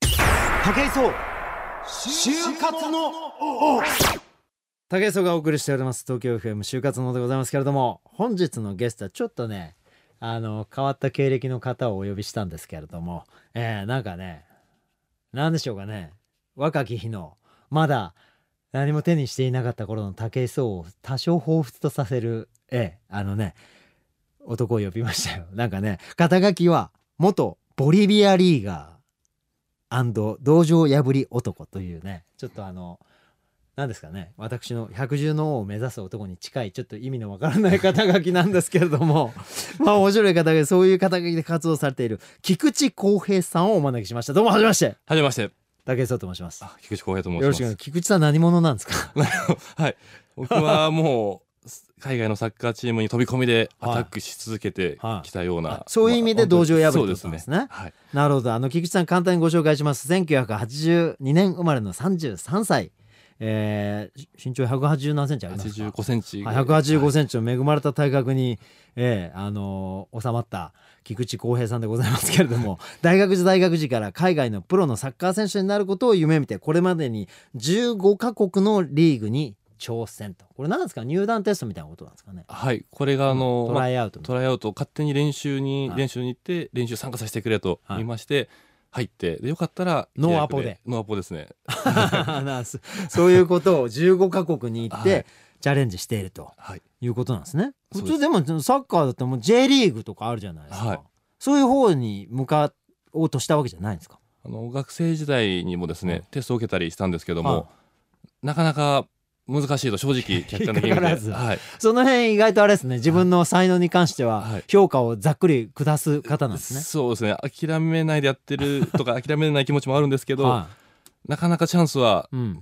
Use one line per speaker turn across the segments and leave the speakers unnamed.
武井壮就活の武井壮がお送りしております東京 FM 就活のでございますけれども本日のゲストはちょっとねあの変わった経歴の方をお呼びしたんですけれども、えー、なんかねなんでしょうかね若き日のまだ何も手にしていなかった頃の武井壮を多少彷彿とさせる、ええ、あのね男を呼びましたよなんかね肩書きは元ボリビアリーガー道場破り男というねちょっとあの何ですかね私の百獣の王を目指す男に近いちょっと意味のわからない肩書きなんですけれど もまあ面白い肩書きそういう肩書きで活動されている菊池浩平さんをお招きしましたどうもはじめまして
はじめまして。
武井壮と申しますよ
あ菊池浩平と申します。
ろしくお願いします菊池さん何者なんですか
はい。僕はもう、す海外のサッカーチームに飛び込みで
はい
アタックし続けてきたような。
あそういう意味で道場破り
そ
だ
うで
った
す
んで
ね
す。ね。
はい。
なるほど。あの、菊池さん、簡単にご紹介します。1982年生まれの33歳。えー、身長180何センチありますか
85センチ。
はい185センチの恵まれた体格に、えーあのー収まった菊池浩平さんでございますけれども 大学時大学時から海外のプロのサッカー選手になることを夢見てこれまでに15カ国のリーグに挑戦とこれ何ですか入団テストみたいなことなんですかね
はい。これがあの、
ト
まあ
ライアウトみたい
トライアウトを勝手に練習に、
はい
練習に行って、練習参加させてくれと言いまして、入って、で、よかったら、
ノーアポで
契約。ノーアポですね。
なそそういうことを15カ国に行って、
はい
チャレンジしていると
はい。
いうことなんですね。
そ
普
うです
通でもサッカーだってもう J リーグとかあるじゃないですか。
はい
そういう方に向かおうとしたわけじゃないんですか。
あの、学生時代にもです
はい
ね、テストを受けたりしたんですけども、
はい
なかなか難しいと正直客観 的に
引っか
見て。
からず
はい。
その辺意外とあれですね自分の才能に関して
は
はい評価をざっくり下す方なんですね。
そうですね諦めないでやっ てるとか諦めない気持ちもあるんですけど、
は
なかなかチャンスはい
うん、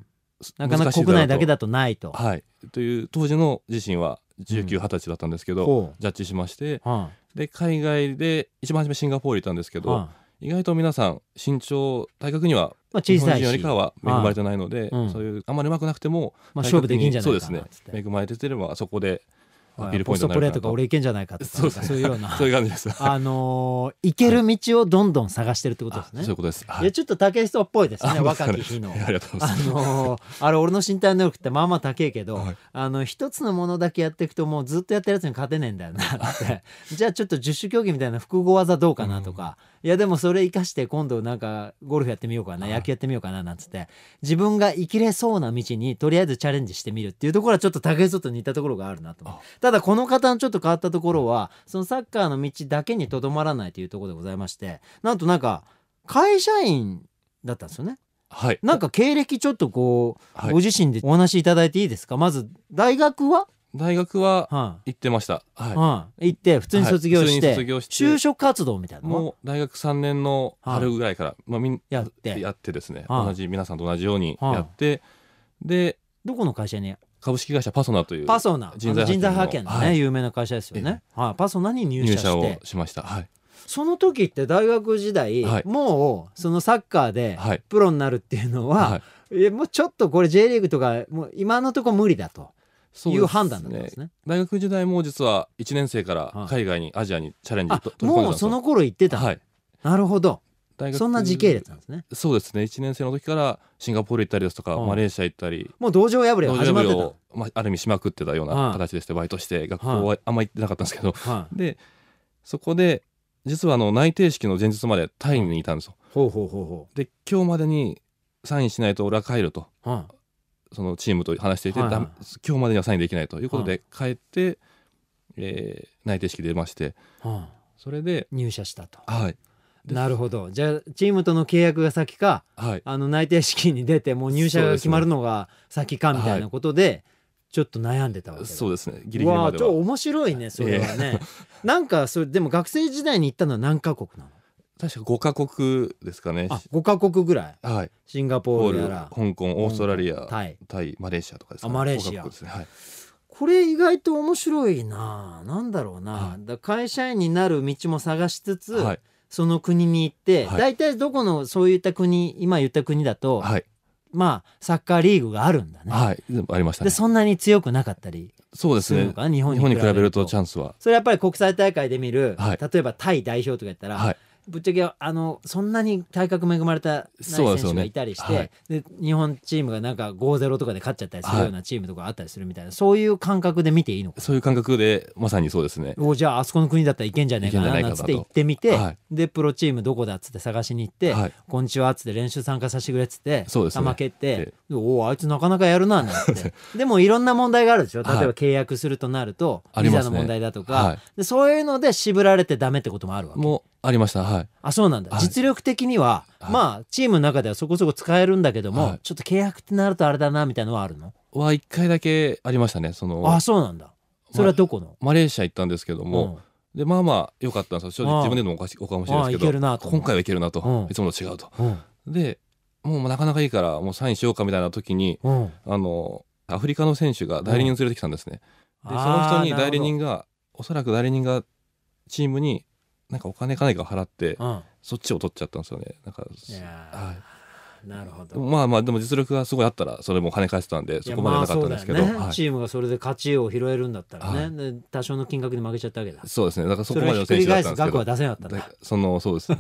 な
難
かなか
しい
国内だけ
だ
だとないと。
ろうと。はい、という当時の自身は
う
1920
ん
歳だったんですけど、
ほ
ジャッジしまして
うは
で海外で一番初めシンガポール行ったんですけ
い
ど、
は
意外と皆さん身長体格にはい
まあ、
日
小
本
さ
人
い
よ
し
り、か
まあ、
は恵まれてないので、
うん
そういうあんまり上手くなくても
勝負できんじゃないかな
そうですね
つって
恵まれててればそこでアピールポ
ポ
イン
ス
ト
ト
に
プ
な
レーとか
るかなと
俺いけんじゃないかとか
そうですね
そういうような
そういう感じです。は い
あのー行ける道をどんどん探してるってことです
あそうい
ね
う。ことです。はい
いやちょっと竹井壮っぽいですね
あ
若き日の。
ありがとうござい
あ
ます。
のーあれ俺の身体能力ってまあまあ高えけど、
はい
あの一つのものだけやっていくともうずっとやってるやつに勝てねえんだよなってじゃあちょっと十種競技みたいな複合技どうかなとか、いやでもそれ生かして今度なんかゴルフやってみようかな、
はい
野球やってみようかななんつって自分が生きれそうな道にとりあえずチャレンジしてみるっていうところはちょっと竹井壮と似たところがあるなと思う
あ
ただこの方のちょっと変わったところはそのサッカーの道だけにとどまらないというところでございましてなんとなんか会社員だったんですよね。
はい。
なんか経歴ちょっとこう、
はい
ご自身でお話しいただいていいですかまず大学は、
大学は
は
行ってました。はいい。
はい行って普通に卒業して,、
はい普通に卒業して
就職活動みたいなのを
もう大学3年の春ぐらいから、まあ、みん
やって
やってですね、
はい
同じ皆さんと同じように
はい
やって、で
どこの会社に
株式会社パソナという
パソナ
人
あの
材
人材派
派
遣
遣
の
の
ね、
はい
有名な会社ですよね、はい、パソナに入
入
社
社
し
を
て
しました。はい。
その時って大学時代、
はい
もうそのサッカーで
はい。
プロになるっていうのは、
はい
いやもうちょっとこれ J リーグとかもう今のところ無理だと
そ
いう
ですね
う判断だったんですね。
大学時代も実は1年生か
はい
ら海外に、アジアにチャレンジ
あ
と取り込ん
も
でたん
う
です
そ
よ
の頃行ってた、
はい、
なるほど
大学
そんな時系列なんですね。
そうですね1年生の時からシンガポール行ったりですとか、
うん
マレーシア行ったり
もう道場破りが
同
始まってた。
を、まあ、ある意味しまくってたよう
はい
な形でしてバイトして学校はあんま行ってなかったんですけど
はい。
でそこで実はあの内定式の前日までタイにいたんですよ
ほうほうほうほ
で今日までにサインしないと俺は帰ると
う。は
そのチームと話していて、
はいはい
だめ今日までにはサインできないということ
は
で帰って、えー内定式出まして
い。はあ
それで
入社したと。
はいです
なるほど。じゃあチームとの契約が先か、
はい
あの内定式に出てもう入社が決まるのが先かみたいなことで、ちょっと悩んでたわけだ。
そううですねギリギリ
わ
ま
あ、
で
ちょっと
は
面白いね、それはね。 なんかそれでも学生時代に行ったのは何カ国なの？
確か5カ国ですかね
あ、五カ国ぐらい。
はい
シンガポ
ポ
ー
ー
ル
ル
やら
香港オーストラリア
タイ。
タイマレーシアとかですか、
あマレーシア
五カ国ですねはい
これ意外と面白いな。なんだろうな。
は
だから会社員になる道も探しつつ、
はい
その国に行って、
はい
大体どこのそういった国今言った国だと、
はい、
まあサッカーリーグがあるんだね、
はい、全部ありました
で
ね
そんなに強くなかったり
そうです
する
ね
のかな、日本
日本に比べるとチ
ちゃ
ャ
ん
ンスは
それやっぱり国際大会で見る、
はい
例えばタイ代表とかやったら、
はい
ぶっちゃけあのそんなに体格恵まれた
そ
な
うないんで
選
すよ
手
ね
がいたりしてで、
はい
日本チームがなんか5-0とかで勝っちゃったりするようなチームとかあったりするみたいな、そういう感覚で見ていいのか
そういう感覚でまさにそうですね
おじゃああそこの国だったらいけんじゃねえか
いけんじゃ
な
ない
な
か
んつ
なと
って行ってみて、
はい
でプロチームどこだっつって探しに行って「
はい
こんにちは」っつって練習参加させてくれっつって
そうですね
負け
え
て「おおあいつなかなかやるな」 なんてでもいろんな問題があるでしょ例え
はい
ば契約するとなると、
あ
ビ
りま
ザ
す
の
ね
問題だとか、
はい
でそういうので渋られてダメってこともあるわけ
もうありましたはい
あそうなんだ、
はい
実力的には、
はい
まあチームの中ではそこそこ使えるんだけども、
はい
ちょっと契約ってなるとあれだなみたいなのはあるの
は一回だけありましたねその
あそうなんだそれはどこの、
マレーシア行ったんですけど
うん
も、でまあまあ良かったんですよ正
ああ
直自分でもおかしおかもしれないで
あ
す
あい
け
ける
ど
なと
今回はいけるなと、
うん
いつもと違うと
うん
でもうなかなかいいからもうサインしようかみたいな時に
うん
あのアフリカの選手が代理人を連れてきたんですね、でその
あー
人に代理人
なる
がおそらく代理人がチームになんかお金か何か払って
ほどうん
そっちを取っちゃったんですよねなんか
いやー
はい
なるほ
でも
ど。
まあまあでも実力がすごいあったらそれも跳ね返してたんでそこまではなかったんですけど
い
そ
やまあそうだ
う,、
よね
はい、
チームがそれで勝ちを拾えるんだったらね、
は
で多少の金額で負けちゃったわけだ。
そうですねだから
そ
そこ
れ
ま
を
で
ひっ
の
くり返す
選手だったんですけ
額
ど
は出せなかったん
だ
だ。
そのそう ですね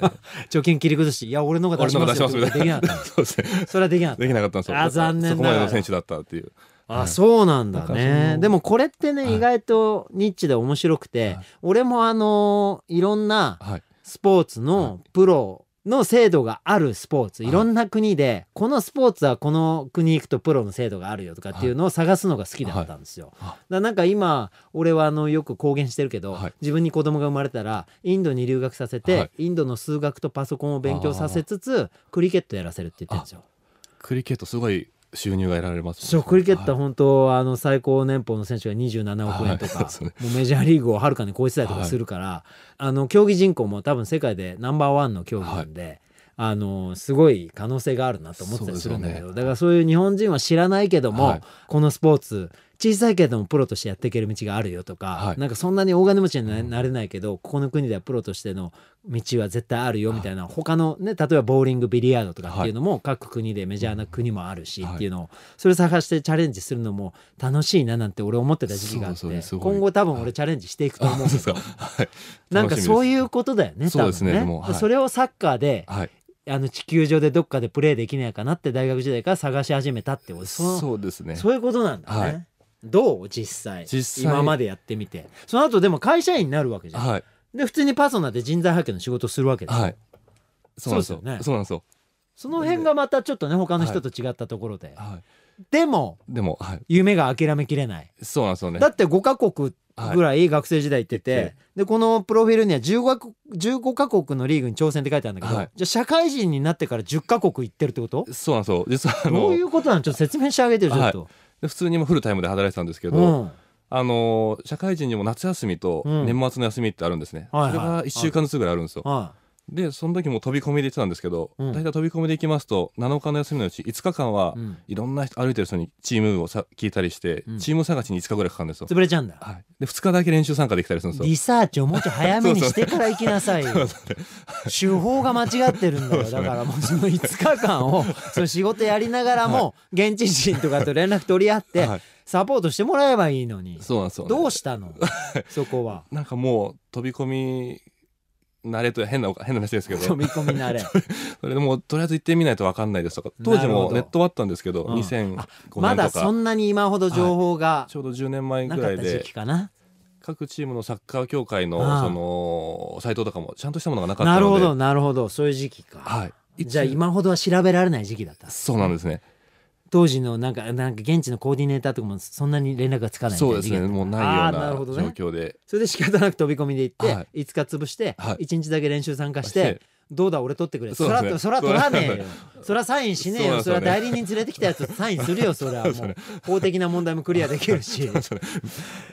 貯金切り崩して、いや、俺の方が出
俺
し
の
ま
が出
す
し
よっ
ます
て
み
こ
た
とで
い
きなかっ
な
た。
そうです ね
それはできなかった。
できなかったんですよ
あ残念な
そこ
がら
までの選手だったっていう
あ、そうなんだ
だからそ
ね。
の
でもこれってね、
はい
意外とニッチで面白くて、
はい
俺もあのーいろんな
はい
スポーツのプロの制度があるスポーツ、、
はいい
ろんな国でこのスポーツはこの国行くとプロの制度があるよとかっていうのを探すのが好きだったんですよ。
はいは
だ
い
からなんか今俺はあのよく公言してるけど、
はい
自分に子供が生まれたらインドに留学させて、
はい
インドの数学とパソコンを勉強させつつクリケットやらせるって言ってるんですよ。
クリケットすごい収入が得られますね
そうクリケットは
はい
本当、あの最高年俸の選手が27億円とか、
はいそうで
もうメジャーリーグをはるかに超えてたりとかするから、あの競技人口も多分世界でナンバーワンの競技なんで。あのすごい可能性があるなと思ってたりするんだけ
そう
ど、
ですよね
だからそういう日本人は知らないけども、
はい
このスポーツ小さいけどもプロとしてやっていける道があるよとか、
はい
なんかそんなに大金持ちにななれないけど、ここの国ではプロとしての道は絶対あるよみたいな、他のね例えばボーリングビリヤードとかっていうのも各国でメジャーな国もあるし
はい
っていうのを、それ探してチャレンジするのも楽しいななんて俺思ってた時期があって、
そうですそうです
今後多分俺チャレンジしていくと
あ
思う
そ
んだ
うで
けど
すかはい
なんかそういううことだよね
そうですね
多分
でもはい
それをサッカーで
はい
あの地球上でどっかでプレーできないかなって大学時代から探し始めたって俺その
そうですね
そういうことなんだね。
はい
どう実際
実際
今までやってみてその後でも会社員になるわけじゃん、
はい
で普通にパーソナルで人材派遣の仕事をするわけです、
はいそうなんですよ
そうですよね
そうなんですよ
その辺がまたちょっとね他の人と違ったところで、
は
でも
いでもはい
夢が諦めきれない
そうなんですよね
だって5カ国ぐらい学生時代行ってて、
はい
でこのプロフィールには15カ国 ,15 カ国のリーグに挑戦って書いてあるんだけど、
はい
じゃあ社会人になってから10カ国行ってるってこと
そうなんですよ実はあ
ど
の
ういうことなのちょっと説明してあげてよちょっと、
で普通にもうフルタイムで働いてたんですけど、
うん、
あのー社会人にも夏休みと
うん
年末の休みってあるんですね、
はいはい
それが1週間ずつぐらいあるんですよ、
は
でその時も飛び込みで行ってたんですけど、
うん、
大体飛び込みで行きますと7日の休みのうち5日間はい
うん、
いろんな人歩いてる人にチームをさ聞いたりして、
うん
チーム探しに5日ぐらいかかるんですよ、
潰れちゃうんだ
はい、で2日だけ練習参加できたりするんですよ
リサーチをもうちょい早めにしてから行きな さいよ。手法が間違ってるんだよ。だからもうその5日間を、その仕事やりながらも、現地人とかと連絡取り合って
はい、
サポートしてもらえばいいのに。
そうなんですよね、
どうしたのそこは。
なんかもう飛び込み慣れと変な変な話ですけど
飛び込み 慣れ。
それでもうとりあえず行ってみないと分かんないですとか当時
なるほ
も
ど
ネットはあったんですけど、
うん
2005年とか
まだそんなに今ほど情報が
ちょうど10年前
な
ぐ
からっ
い
た時
で
期かな。
各チームのサッカー協会の
ああ
そのサイトとかもちゃんとしたものがなかったの
な
で
るほど、なるほど。そういう時期か。
はい、
じゃあ
一応
今ほどは調べられない時期だった。
そうなんですね
当時のなんか、なんか現地のコーディネーターとかもそんなに連絡がつかないみたい
そう
な
で
時
す
期だ
ね
った
もうないよ
あーなるほ
う
ど
な
ね
状況で
それで仕方なく飛び込みで行って、
はい
5日潰して、
はい
一1日だけ練習参加し
して
て、どうだ俺取ってくれ。そ
そ
う
で
ら、
すね
そら取らねえよ。そらサインしねえよ。そ
そ
ら
うなんですよね
代理人連れてきたやつサインするよ。そらもう法的な問題もクリアできる し。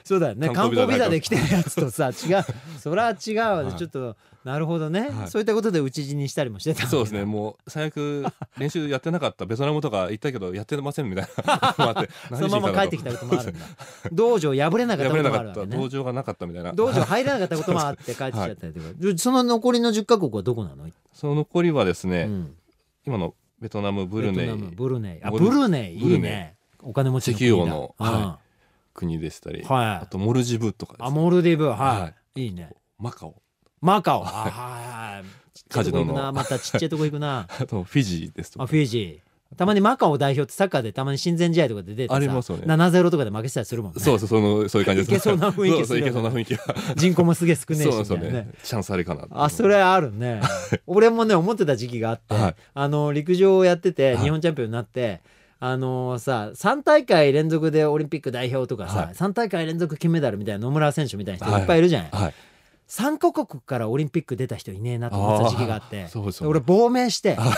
そうだよね。観
観
光
光
ビ
ビ
ザ
ザ
で
で
来てるやつとさ、違う。そら違うわね。
はい
ちょっと、なるほどね、
はい
そういったことで打ち死にしたりもしてたわけだ
そうですね。もう最悪練習やってなかったベトナムとか行ったけどやってませんみたいなこともあって
そのまま帰ってきたこともあるんだ。道場破れなかった
破
こ
れ
と
な
もあ
か
る
っ
わ
た
けね。
同情がなかったみたいな
道場入れなかったこともあって帰ってきちゃったりとか、でその残りの10カ国はどこなの、
その残りはです
う
ね、
ん、
今のベトナムブル
ベ
ネ
トナム
イ
ブルネイあブ
ブル
ルネイ
ブ
いいね
ルネ
お金持ちの国だ
石油王の
うんは
は国でしたり、
い、
あとモルジブとかです
あ
ね
モルディブはい、、
はい
いね
マカオ
マカオ。あー
カジノの
ちっちゃいとこ行くなまたちっちゃいとこ行く な。
あとフィジーですと
あ
か
フィジー。たまにマカオ代表ってサッカーでたまに親善試合とかで出てさ、
ありますよね
7-0とかで負けしたりするもんね。
そうそうそのそういう感じです
いけそうな雰囲気
そうそう
するよね
いけそうな雰囲気が
人口もすげえ少ねえし
そうなん
み
です
た
よ
いなね
ね。チャンスあれかな
あそれあるね俺もね思ってた時期があって、
はい
あの陸上をやってて
はい
日本チャンピオンになって、あのさ3大会連続でオリンピック代表とかさ、
はい
3大会連続金メダルみたいな野村選手みたいな人
はい
いっぱいいるじゃない、
はい
3カ国からオリンピック出た人いねえなと思ってた時期があって
あーそうですよ
で
ね
俺亡命して
はい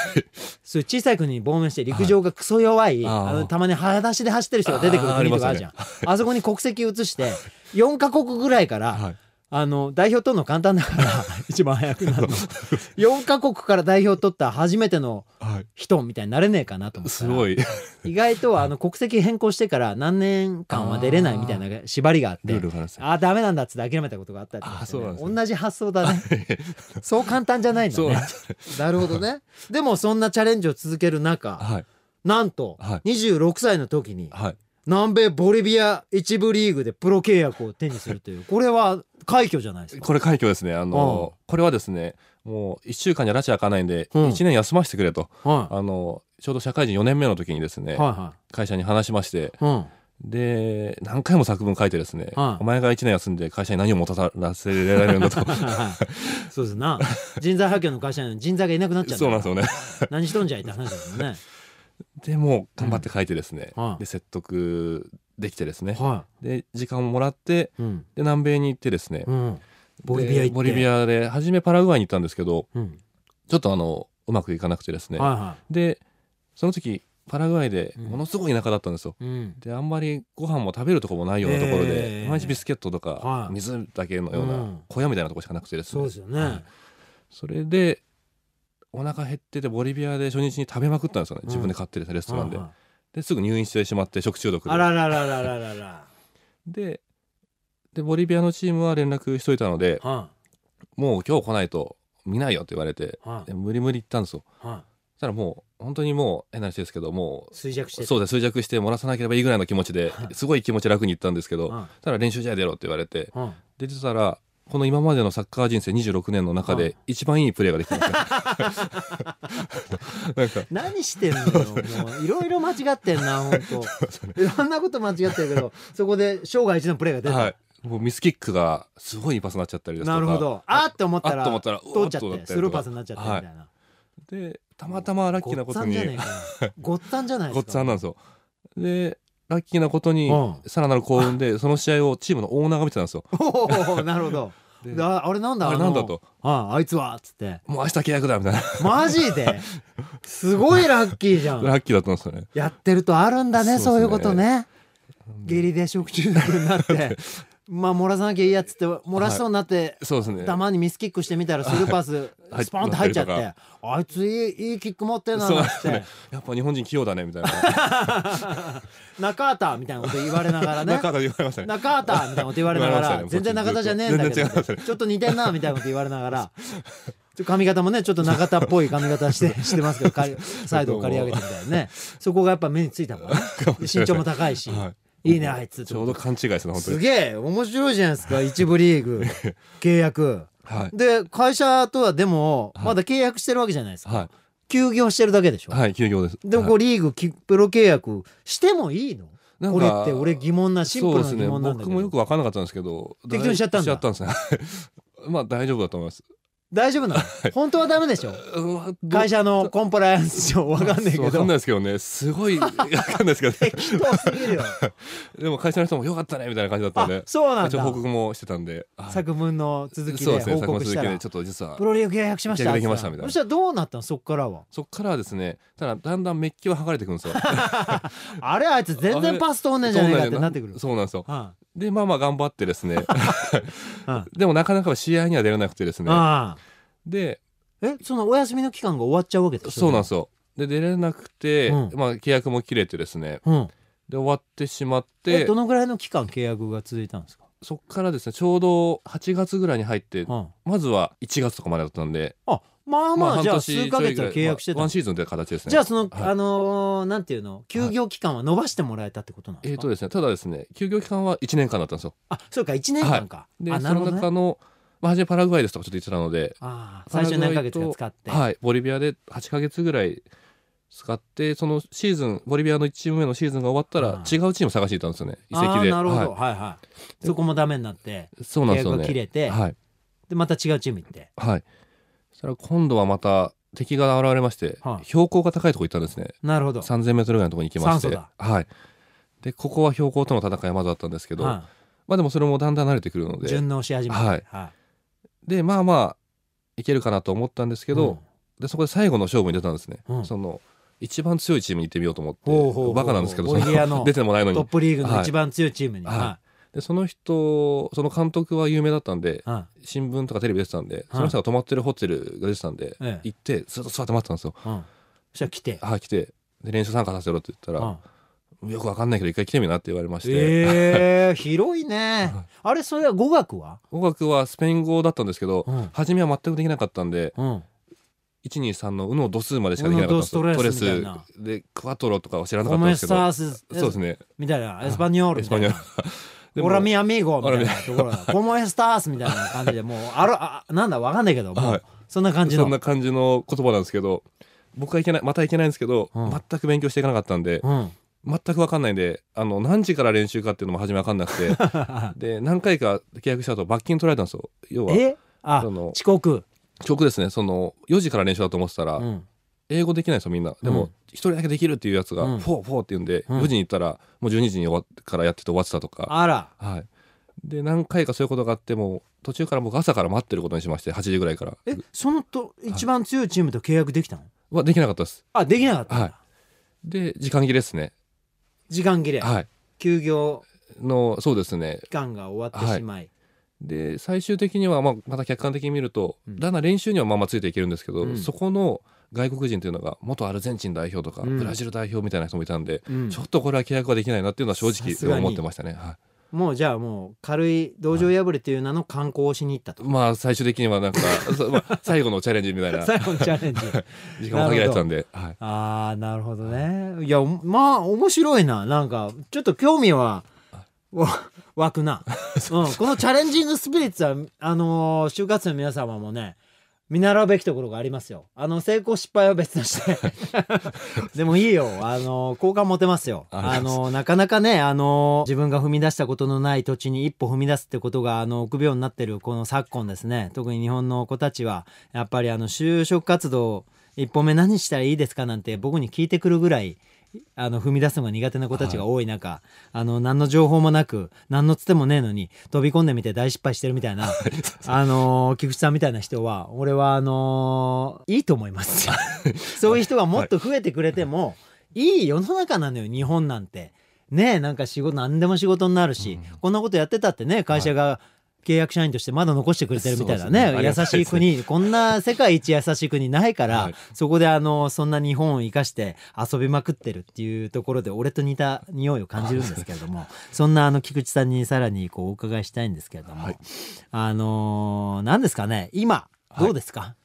そういう小さい国に亡命して陸上がクソ弱い、
あー
あのたまに裸足で走ってる人が出てくる
あーあり
国と
ます
か
ね
あるじゃんあ,、そこに国籍移して4カ国ぐらいから、
はい
あの代表取るの簡単だから 一番早くなるの4カ国から代表取った初めての
はい
人みたいになれねえかなと思って
すごい
意外とあの国籍変更してから何年間は出れないみたいな縛りがあって
ルールがあるんですね
あーダメなんだっつって諦めたことがあったりとかしてね
あーそうなんですね
同じ発想だねそう簡単じゃないんだ
そうなん
ね
ですね
なるほどねでもそんなチャレンジを続ける中
はい
なんと
はい
26歳の時に
はい
南米ボリビア一部リーグでプロ契約を手にするというこれは快挙じゃないですか
これ快挙ですねあのこれはですねもう1週間じゃ拉致開かないんで
うん
1年休ませてくれと
は
あのちょうど社会人4年目の時にです
い
ね
はいはい
会社に話しまして
うん、
で何回も作文書いてですね
はい
お前が1年休んで会社に何を持たせ られるんだと
そうですな人材派遣の会社なのに人材がいなくなっちゃった
そうなんですよね
何しとんじゃいって話ですよね
でもう頑張って書いてですね、
うんはい
で説得できてですね、
は
で時間をもらって
い、うん
で南米に行ってですね、
うん、ボリビア行って
でボリビアで初めパラグアイに行ったんですけど
うん
ちょっとあのうまくいかなくてですね、
はいは
でその時パラグアイで
うん
ものすごい田舎だったんですよ。
い、うん、
であんまりご飯も食べるとこもないようなところで、
えー
毎日ビスケットとか
はい
水だけのよう
う
なん小屋みたいなとこしかなくてですね、
そうですよね、
はいそれでお腹減っててボリビアで初日に食べまくったんですよね、自分で買ってるレストランで,、
はいはい
ですぐ入院してしまって食中毒で
あららららららら
ででボリビアのチームは連絡しといたので
は
もう今日来ないと見ないよって言われて
いは
で無理無理行ったんですよ
いは
そしたらもう本当にもう変な話ですけども
い衰弱して
う
た
そうです衰弱して漏らさなければいいぐらいの気持ちで
は
すごい気持ち楽に行ったんですけど
は
ただ練習試合出ろって言われて
いはい
出てたらこの今までのサッカー人生26年の中
はい
で一番いいプレーができたんで すよなんか
何してんのよもういろいろ間違ってん な本当いろんなこと間違ってるけどそこで生涯一のプレーが出た、
はいもうミスキックがすごいいいパスになっちゃったりですと
な
か
るほどあーって思った
あっ
ら
と思ったら
通っちゃっ
うわ
て
と
スルーパスになっちゃってみ
は
たい
い
な、
でたまたまラッキーなことに
ごっつぁんじゃないですか。
ごっつぁんなん
ん
ですよでラッキーなことに
うん
さらなる幸運でその試合をチームのオーナーが見てたんですよ
おーなるほど。
で
でああれなんだ
あれ
の
なんだと
ああいつはっつって
もう明日契約だみたいな
マジですごいラッキーじゃん
ラッキーだったんですよね
やってるとあるんだねそ
そうう
い
ですね
うことね下痢で食中毒になって まあ漏らさなきゃいいやっつって漏らしそうになって、
そうですね
たまにミスキックしてみたらスルーパス
はい
スポンって入っちゃって、
入って
あいついいいいキック持ってんな
そう
っ
で
つっ
す
て、
ねやっぱ日本人器用だねみたいな
中畑みたいなこと言われながらね
中田言われましたね
中畑みたいなこと言われなが
言われまし
ら
たね
全然中田じゃねえんだけ
全然違い
ど
ますね
ちょっと似てんなみたいなこと言われながらちょ髪型もねちょっと中田っぽい髪型して してますけど刈りサイドを刈り上げてみたいなねそこがやっぱ目についたもんね身長も高いし、、
はい
いねあいつ
ちょうど勘違いですね本当
す
に
げえ面白いじゃないですか一部リー グ契約
はい
で会社とはでも
はい
まだ契約してるわけじゃないですか、
は
休業してるだけでしょ、
いはい休業です
でもこうリーグきプロ契約してもいいの
なん
これ
か
って俺疑問なシンプルな
そ
疑
うですね
問なんだけ
僕
ど、
もよく分からなかったんですけど
適当にしちゃったんだ
ですね まあ大丈夫だと思います
大丈夫 なの本当はダメでしょ会
社
社のコンプライアンス 上わかんないけ
わかん
ど
ないですけどねす ごいわかんないですけどね
適当す ぎるよ
でも会社の人もよかったねみたいな感じだった
あ
んで
そうなん
一応報
だ
告もしてたんで、はい
作文の続き
そう
で
ですね
報
作
告
文
し
続
た
き
ら
でちょっと実は
プロリーグ契約しました
契約できましたみたいな
そしたらどうなったのそっからは
そっからはですねただだんだんメッキは剥がれてくるんです よ
あれあいつ全然パス通んねえじゃねえかってなってくる
そうなんですよ
あ
でまあまあ頑張ってですね
あ
でもなかなか試合には出れなくてですね
ああ
で
えそのお休みの期間が終わっちゃうわけでしょ
そうなんですよで出れなくて、
うん
まあ契約も切れてですね
うん
で終わってしまっ
え
て
どのぐらいの期間契約が続いたんですか
そっからですねちょうど8月ぐらいに入って
うん
まずは1月とかまでだったんで
あまあまあじゃあ数ヶ
ちょい
月
ぐら
はい契約して
まあ
た
ワンシーズンという形ですね
じゃあその
はい
あのーなんていうの休業期間は伸ばしてもらえたってことなんで
え
す
ー
か
とですね、ただですね休業期間は1年間だったんですよ
あそうか1年間か、
で
あな
そ
る
の
ほど、ね
中のまあ、初めパラグアイですとかちょっと言ってたので、
ああ最初何ヶ月か使って、
はい、ボリビアで8ヶ月ぐらい使ってそのシーズンボリビアの1チーム目のシーズンが終わった
うん
ら違うチーム探していたんですよね移
あ
籍
あ
で
なるほど、
は
はい、はいそこもダメになって
い、そうなん
契
です
約
よ
が切
ね
れて、
はい
でまた違うチーム行って
はいそしたら今度はまた敵が現れまして、
はい
標高が高いとこ行ったんですね
なるほど、
3 0 0 0ルぐらいのところに行きまし
酸
て
素だ
はいでここは標高との戦いはまずあったんですけど、
は
まあでもそれもだんだん慣れてくるの
い、
で
順応し始めて
はいでまあまあいけるかなと思ったんですけど、、でそこで最後の勝負に出たんですね、
うん
その一番強いチームに行ってみようと思って
ほうほうほう
バカなんですけど
ボリビアの
出てもないの
うんトッ
に
プリーグの一番強いチームに、
はい
は
でその人その監督は有名だったんで
いはい
新聞とかテレビ出てたんで、その人が泊まってるホテルが出てたんで、
ええ
行ってずっと座って待ってたんですよ
うん、そしたら来て、
はい来てで練習参加させろって言った
う
ら
ん、、
よくわかんないけど一回来てみなって言われまして、
えー、広いね
はい
あれそれは語学は、
語学はスペイン語だったんですけど、
うん
初めは全くできなかったんで
うん、
123の「うの度数」までしかできなかったんです
うの
よ
ド
トレ
ストレスみたいな
スでクワトロとかは知らな
コ
かったん
メ
ですけ
ス
ど
タース
そうですね
みたいなエスパニョールみたい
エ
な
スでも
オラミアミーゴみたいなところだコモエスタースみたいな感じでもうあらあなんだわかんないけどもう、
はい
そんな感じの
そんな感じの言葉なんですけど僕はいけないまたいけないんですけど、
うん
全く勉強していかなかったんで、
うん、
全く分かんないんであの何時から練習かっていうのも初め分かんな くてで何回か契約した後罰金取られたんですよ要は
えあ
その
遅刻、
直ですねその4時から練習だと思ってたら、
うん、
英語できないんですよみんなで
う
も
ん
一人だけできるっていうやつが「
うん
フォーフォー」って言うんで、
うん
4時に行ったらもう12時に終わっからやってて終わってたとか、
あら
はい、で何回かそういうことがあってもう途中から僕朝から待ってることにしまして8時ぐらいから
えそのと一番強いチームと契約できたの、
はできなかったです
あできなかったんだ、
はいで時間切れですね
時間切れ、
はい
休業
のそうですね
期間が終わってしまい、
で最終的には、まあ、また客観的に見ると、
うん
だんだん練習にはまあまあついていけるんですけど、
うん
そこの外国人というのが元アルゼンチン代表とか、
うん
ブラジル代表みたいな人もいたんで、
うん
ちょっとこれは契約はできないなっていうのは
さ
正
すが
直
に
思ってましたね、は
もうじゃあもう軽い道場破りという名の観光をしに行ったと
い、、まあ最終的にはなんか、 そまあ、最後のチャレン ジみたいな
最後のチャレン ジ
時間も限られてたんで、はい、
ああなるほどねいやまあ面白いななんかちょっと興味はわ 湧く な、うん、このチャレンジングスピリッツはあのー就活生の皆様もね見習うべきところがありますよあの成功失敗は別として でもいいよあのー好感持てますよ
あ
あ
りがとうござい
のーなかなかねあのー自分が踏み出したことのない土地に一歩踏み出すってことがあの臆病になってるこの昨今ですね特に日本の子たちはやっぱりあの就職活動一歩目何したらいいですかなんて僕に聞いてくるぐらいあの踏み出すのが苦手な子たちが多い中、あの何の情報もなく何のつてもねえのに飛び込んでみて大失敗してるみたいなあのー菊池さんみたいな人は俺はあのーいいと思いますそういう人がもっと増えてくれても、い、い世の中なのよ日本なんてねえなんか仕事何でも仕事になるし、こんなことやってたってね会社が契約社員としてまだ残してくれてるみたいな
そうですね
ね
あり
優
がたいです
し
ね
い国にこんな世界一優しい国ないから、
はい
そこであのそんな日本を生かして遊びまくってるっていうところで俺と似た匂いを感じるんですけれどもそんなあの菊池さんにさらにこうお伺いしたいんですけれども、
はい
あのー何ですかね今どうですか、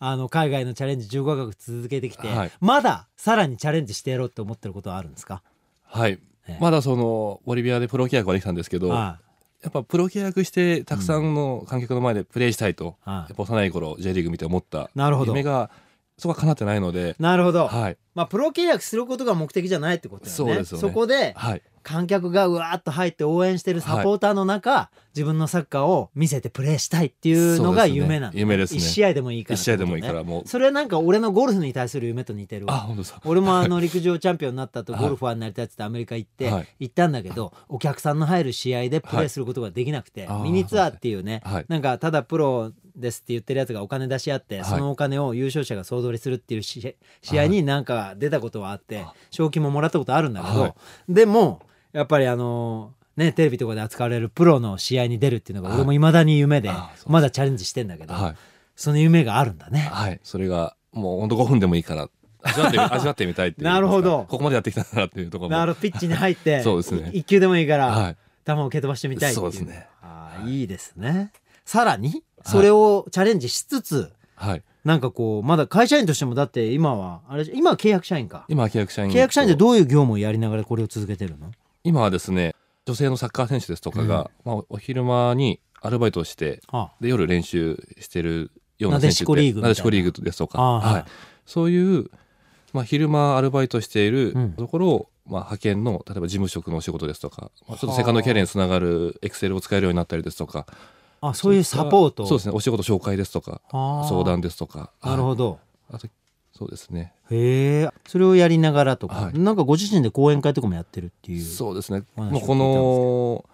あの海外のチャレンジ15か月続けてきて、
はい
まださらにチャレンジしてやろうと思ってることはあるんですか
はい
ええ
まだそのボリビアでプロ契約はできたんですけど、
あ
やっぱプロ契約してたくさんの観客の前でプレーしたいと、
あああ
やっぱ幼い頃 J リーグ見て思った
なるほど
夢がそこは叶ってないので、
なるほど、
はい
まあ、プロ契約することが目的じゃないってことだよね
そうですよね
そこで
はい、
観客がうわーっと入って応援してるサポーターの中、自分のサッカーを見せてプレーしたいっていうのが
そうですね
夢なんだ、
夢ですね
1試合でもいいから、
一試合でもいいからもう
それはなんか俺のゴルフに対する夢と似てる
あ
わ
本当ですか
俺もあの陸上チャンピオンになったと
はい
ゴルファーになりたいって言ってアメリカ行って
はい
行ったんだけどお客さんの入る試合でプレーすることができなくて
はいあー
ミニツアーっていうね
はい
なんかただプロですって言ってるやつがお金出し合って
はい
そのお金を優勝者が総取りするっていうし試合になんか出たことはあって賞金ももらったことあるんだけ
は
ど
い
でもやっぱりあのねテレビとかで扱われるプロの試合に出るっていうのが俺も未だに夢で
はいあーそうです
まだチャレンジしてんだけど
はい
その夢があるんだね。
はいそれがもう本当5分でもいいから味 わってみ味わってみたいっていう
なるほど
ここまでやってきたんだなっていうところも
なるほどピッチに入って
そうですね
1球でもいいから、
はい
球を蹴飛ばしてみたいってい
そうですね
ああいいですねさらにそれをチャレンジしつつ、
はい
なんかこうまだ会社員としてもだって今はあれ今は契約社員か
今契約社員
契約社員でどういう業務をやりながらこれを続けてるの
今はですね女性のサッカー選手ですとかが、まあ、お昼間にアルバイトをして
あ
で夜練習してるような
なで
選手って
しこリーグみたいな
なでしこリーグですとか、
あーはい
はい、そういう、まあ、昼間アルバイトしている
うん
ところを、まあ、派遣の例えば事務職のお仕事ですとか、まあ、ちょっとセカンドキャリアにつながるエクセルを使えるようになったりですとか
あそういうサポート
そうですねお仕事紹介ですとか
あー
相談ですとか
なるほ
ど
ど、
あとそうですね
へえそれをやりながらとか、
はい
なんかご自身で講演会とかもやってるっていう
そうですね
お話を
もうこの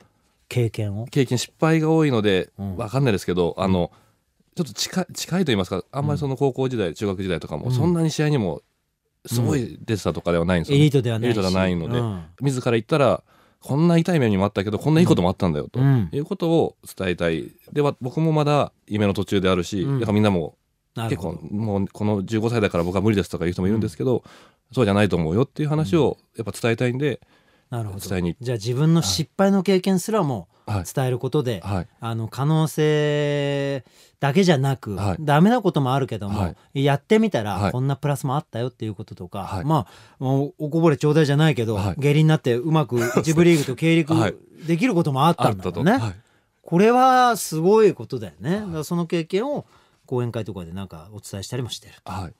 経験を
経験失敗が多いので、
うん
わかんないですけどあのちょっと近い近いと言いますかあんまりその高校時代、中学時代とか
う
も、
ん
そんなに試合にもすごい出てたとかではないんです
エ
よ、
リートではないし
エリートではないので
うん
自ら言ったらこんな痛い目にもあったけどこんないいこともあったんだよと、
うん
いうことを伝えたいでは僕もまだ夢の途中であるし、
うん
だからみんなも
なる
結
ほ
構
ど
もうこの15歳だから僕は無理ですとかいう人もいるんですけど、そうじゃないと思うよっていう話をやっぱ伝えたいんで、
なるほ
伝
ど
えに
じゃあ自分の失敗の経験すらも
はい
伝えることで、
はい
あの可能性だけじゃなく、
はい
ダメなこともあるけども、
は
やってみたら
はい
こんなプラスもあったよっていうこととか、
はい
まあもうおこぼれちょうだいじゃないけど、
はい
下痢になってうま く一部リーグと経理
はい
できることもあった
あ
ん
っ
だ
た
ろ
と、
うね。
はい
これはすごいことだよね、だからその経験を講演会とかでなんかお伝えしたりもしてる
はい、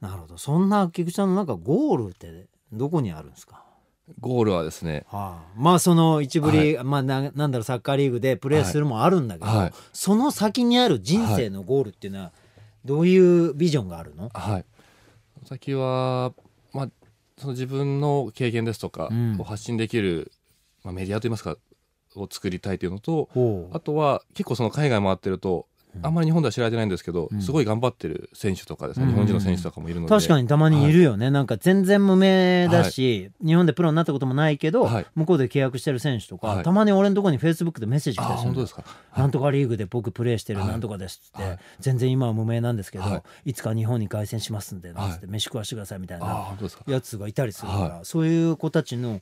なるほどそんな菊池さんのなんかゴールってどこにあるんですか
ゴールはですね
はあ、まあその一部リーグ、まあななんだろうサッカーリーグでプレーするもあるんだけど、
はい
その先にある人生のゴールっていうのはどういうビジョンがあるの、
はい、先は、まあ、その自分の経験ですとか
うん
を発信できる、まあ、メディアといいますかを作りたいというのと
ほう
あとは結構その海外回ってると、あんまり日本では知られてないんですけど、
うん
すごい頑張ってる選手とかですね、
うん
日本人の選手とかもいるので
確かにたまにいるよね、なんか全然無名だし、日本でプロになったこともないけど、
はい
向こうで契約してる選手とか、
はい
たまに俺のところにフェイスブックでメッセージ
あ
来たりする
本
の
当ですか
なんとかリーグで僕プレーしてる
はい
なんとかですって、
はい
全然今は無名なんですけど、、
はい
つか日本に凱旋しますんでなんつって、
は
飯食わしてくださいみたい
あ
な
本当ですか
やつがいたりするから、
は
そういう子たちの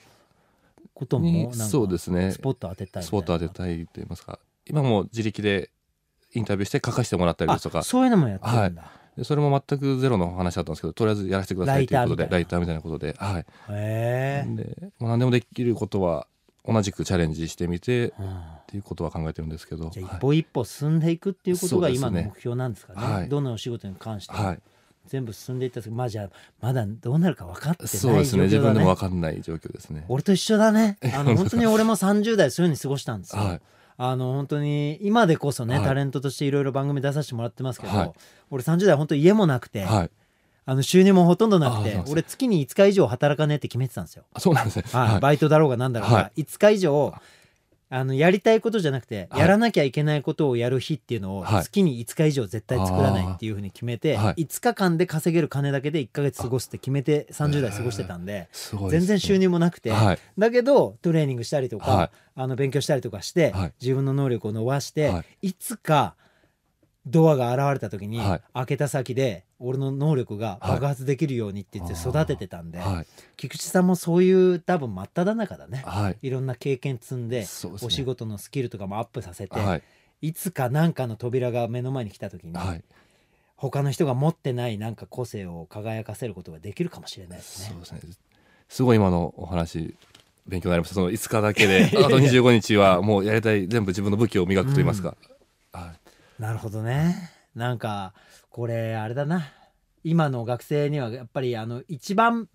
ことも
に
なんか
そうですね
スポット当てたいみたいな
スポット当てたいと言いますか今も自力でインタビューして書かせてもらったりですと
あ
か
そういうのもやってるんだ、
でそれも全くゼロの話だったんですけどとりあえずやらせてくださいということで
ラ
ラ
イ
イ
タ
ターみたいなことで、はい、
へえ、
でもう何でもできることは同じくチャレンジしてみてっ
うん
ていうことは考えてるんですけど
じゃあ
は
一歩一歩進んでいくっていうことが
そうですね
今の目標なんですかね
はい
どのお仕事に関しても、
い、はい
全部進んでいったんですけどまあじゃあまだどうなるか分かってない状況だ、ね、
そうですね自分でも分かんない状況ですね
俺と一緒だ ねあの本当に俺も30代そういうふうに過ごしたんですよ、
はい
あの本当に今でこそね、
はい
タレントとしていろいろ番組出させてもらってますけど、
はい
俺30代本当家もなくて、
はい
あの収入もほとんどなく
あそう
て
なんです
俺月に5日以上働かねえって決めてたんですよ、
あそうなんですね
はい
はい
バイトだろうがなんだろうが、
は
5日以上あのやりたいことじゃなくて、
はい
やらなきゃいけないことをやる日っていうのを
はい
月に5日以上絶対作らないっていうふうに決めて、
あーはい
5日間で稼げる金だけで1ヶ月過ごすって決めて30代過ごしてたんで、
すごいで
全
すね
然収入もなくて、
はい
だけどトレーニングしたりとか、
はい
あの勉強したりとかして、
はい
自分の能力を伸ばして、、
はい
つかドアが現れた時に、
はい
開けた先で俺の能力が爆発できるようにって言って
はい
育ててたんで、
はい
菊池さんもそういう多分真っ只中だね、
はい
い、ろんな経験積んで
そうですね
お仕事のスキルとかもアップさせて、
はい
い、つか何かの扉が目の前に来た時に、
はい
他の人が持ってないなんか個性を輝かせることができるかもしれないです
そう
ね。
ですねすごい今のお話勉強になりましたその5日 だけであと25日はもうやりたい全部自分の武器を磨くと言いますか、はい
なるほどね。なんかこれあれだな。今の学生にはやっぱりあの一番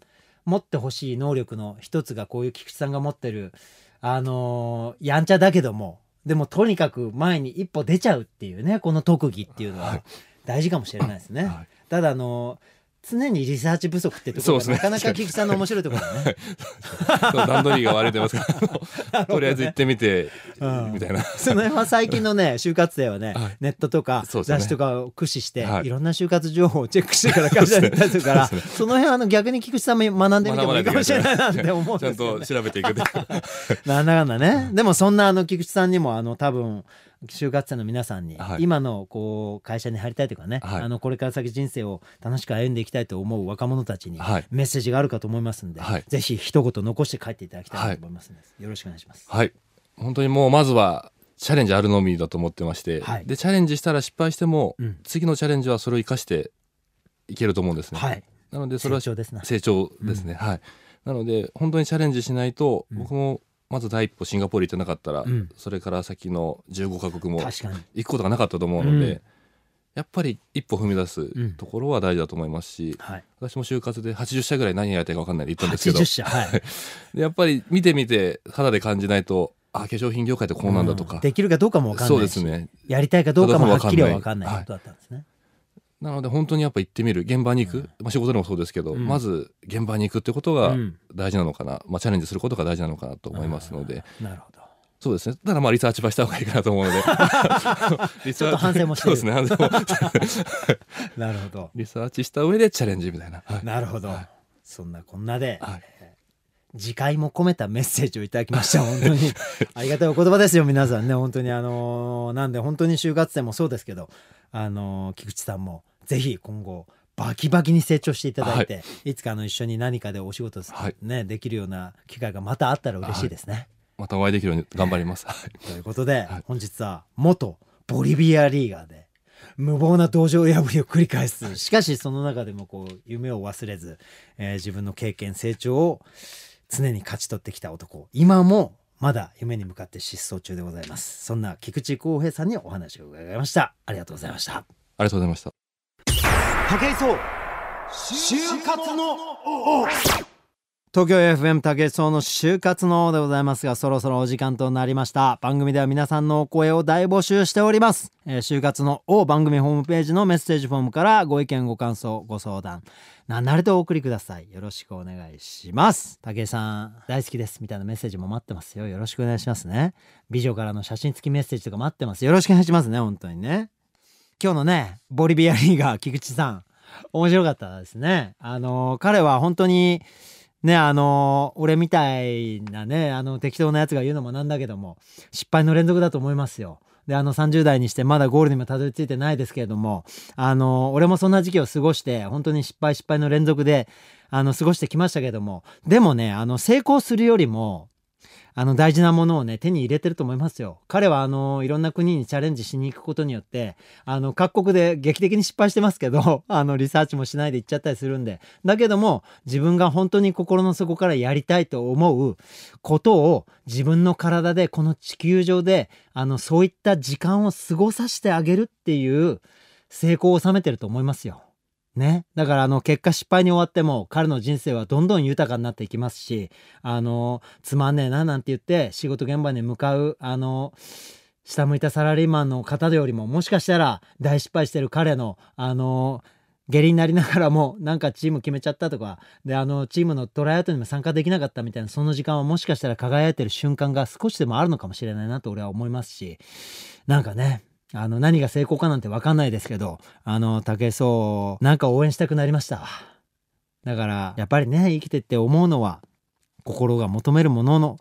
持ってほしい能力の一つがこういう菊池さんが持ってるあのーやんちゃだけどもでもとにかく前に一歩出ちゃうっていうねこの特技っていうのは大事かもしれないですね。
はい
ただあのー常にリサーチ不足ってとこ
そ
ろ
うです
が
ね
なかなか菊池さんの面白いところだね。
そう段取りが悪いと言いますか あのとりあえず行ってみて、
うん
みたいな
その辺は最近のね就活生はね、
はい
ネットとか
そうですね
雑誌とかを駆使して、
はい
い、ろんな就活情報をチェックしてから会社に行ったりするからそ,、
そうです
の辺はあの逆に菊池さんも学んでみてもいいかもしれないなって思うん
ち
で
ゃん
す けど、
と
ね、
調べていくで
なんだかんだね、でもそんなあの菊池さんにもあの多分就活生の皆さんに、
はい
今のこう会社に入りたいとかね、
はい
あのこれから先人生を楽しく歩んでいきたいと思う若者たちに
はい
メッセージがあるかと思いますんで、
はい
ぜひ一言残して帰っていただきたいなと思いますので、よろしくお願いします。
はい本当にもうまずはチャレンジあるのみだと思ってまして、
はい
でチャレンジしたら失敗しても、
うん
次のチャレンジはそれを生かしていけると思うんですね、
はい、
なのでそれは
成長ですな
成長ですね、はいなので本当にチャレンジしないと、
うん
僕もまず第一歩シンガポール行ってなかったら、
うん
それから先の15カ国も
確かに
行くことがなかったと思うので、
うん
やっぱり一歩踏み出
ん
すところは大事だと思いますし、
はい
私も就活で80社ぐらい何やりたいか分かんないで行ったんですけど
80社はい
でやっぱり見てみて肌で感じないとあ化粧品業界って こうなんだとか、
うんできるかどうかも分かんないし
そうですね
やりたいかどうかもはっきりは
た
分
だ分
か
か
ん
ん
な
ないい
ことだったんですね、
なので本当にやっぱ行ってみる現場に行く、まあ、仕事でもそうですけど、まず現場に行くってこと
う
が
ん
大事なのかな、まあ、チャレンジすることが大事なのかなと思いますので、
なるほど
そうですねただまあリサーチばした方がいいかな と思うので
ちょ
リサー
っと反省もして
そう
る
ですね反省も
なるほど
リサーチした上でチャレンジみたいな、は い
なるほど、そんなこんなで、
はい
次回も込めたメッセージをいただきま した本当にありがたいお言葉ですよ皆さんね本当にあのーなんで本当に就活生もそうですけどあのー菊池さんもぜひ今後バキバキに成長していただいて、い、つかあの一緒に何かでお仕事す、
はい
ねできるような機会がまたあったら嬉しいですね。
またお会いできるように頑張ります、はい
ということで、本日は元ボリビアリーガーで無謀な道場破りを繰り返すしかしその中でもこう夢を忘れず、えー自分の経験成長を常に勝ち取ってきた男今もまだ夢に向かって失踪中でございますそんな菊池浩平さんにお話を伺いましたありがとうございました
ありがとうございました
武井壮就活の東京 FM 武井壮の就活の王でございますがそろそろお時間となりました番組では皆さんのお声を大募集しております、えー就活の王番組ホームページのメッセージフォームからご意見ご感想ご相談何なりとお送りくださいよろしくお願いします武井さん大好きですみたいなメッセージも待ってますよよろしくお願いしますね美女からの写真付きメッセージとか待ってますよろしくお願いしますね本当にね今日のねボリビアリーガー菊池さん面白かったですねあの彼は本当にねあの俺みたいなねあの適当なやつが言うのもなんだけども失敗の連続だと思いますよであの30代にしてまだゴールにもたどり着いてないですけれどもあの俺もそんな時期を過ごして本当に失敗失敗の連続であの過ごしてきましたけれどもでもねあの成功するよりもあの大事なものをね手に入れてると思いますよ。彼はあのいろんな国にチャレンジしに行くことによってあの各国で劇的に失敗してますけど あのリサーチもしないで行っちゃったりするんでだけども自分が本当に心の底からやりたいと思うことを自分の体でこの地球上であのそういった時間を過ごさせてあげるっていう成功を収めてると思いますよ。ね、だからあの結果失敗に終わっても彼の人生はどんどん豊かになっていきますしあのつまんねえななんて言って仕事現場に向かうあの下向いたサラリーマンの方よりももしかしたら大失敗してる彼のあの下痢になりながらもなんかチーム決めちゃったとかであのチームのトライアウトにも参加できなかったみたいなその時間はもしかしたら輝いてる瞬間が少しでもあるのかもしれないなと俺は思いますしなんかねあの何が成功かなんて分かんないですけどあの武井壮なんか応援したくなりましたわだからやっぱりね生きてって思うのは心が求めるものの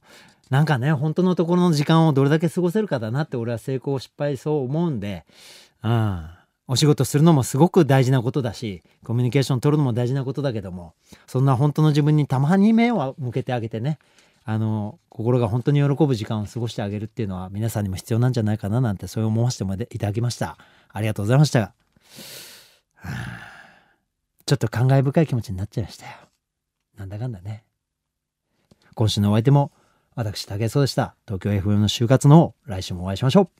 なんかね本当のところの時間をどれだけ過ごせるかだなって俺は成功失敗そう思うんで、うん、お仕事するのもすごく大事なことだしコミュニケーション取るのも大事なことだけどもそんな本当の自分にたまに目を向けてあげてねあの心が本当に喜ぶ時間を過ごしてあげるっていうのは皆さんにも必要なんじゃないかななんてそう思わせてもいただきましたありがとうございましたはあちょっと感慨深い気持ちになっちゃいましたよなんだかんだね今週のお相手も私武井壮でした東京 FM の就活の方来週もお会いしましょう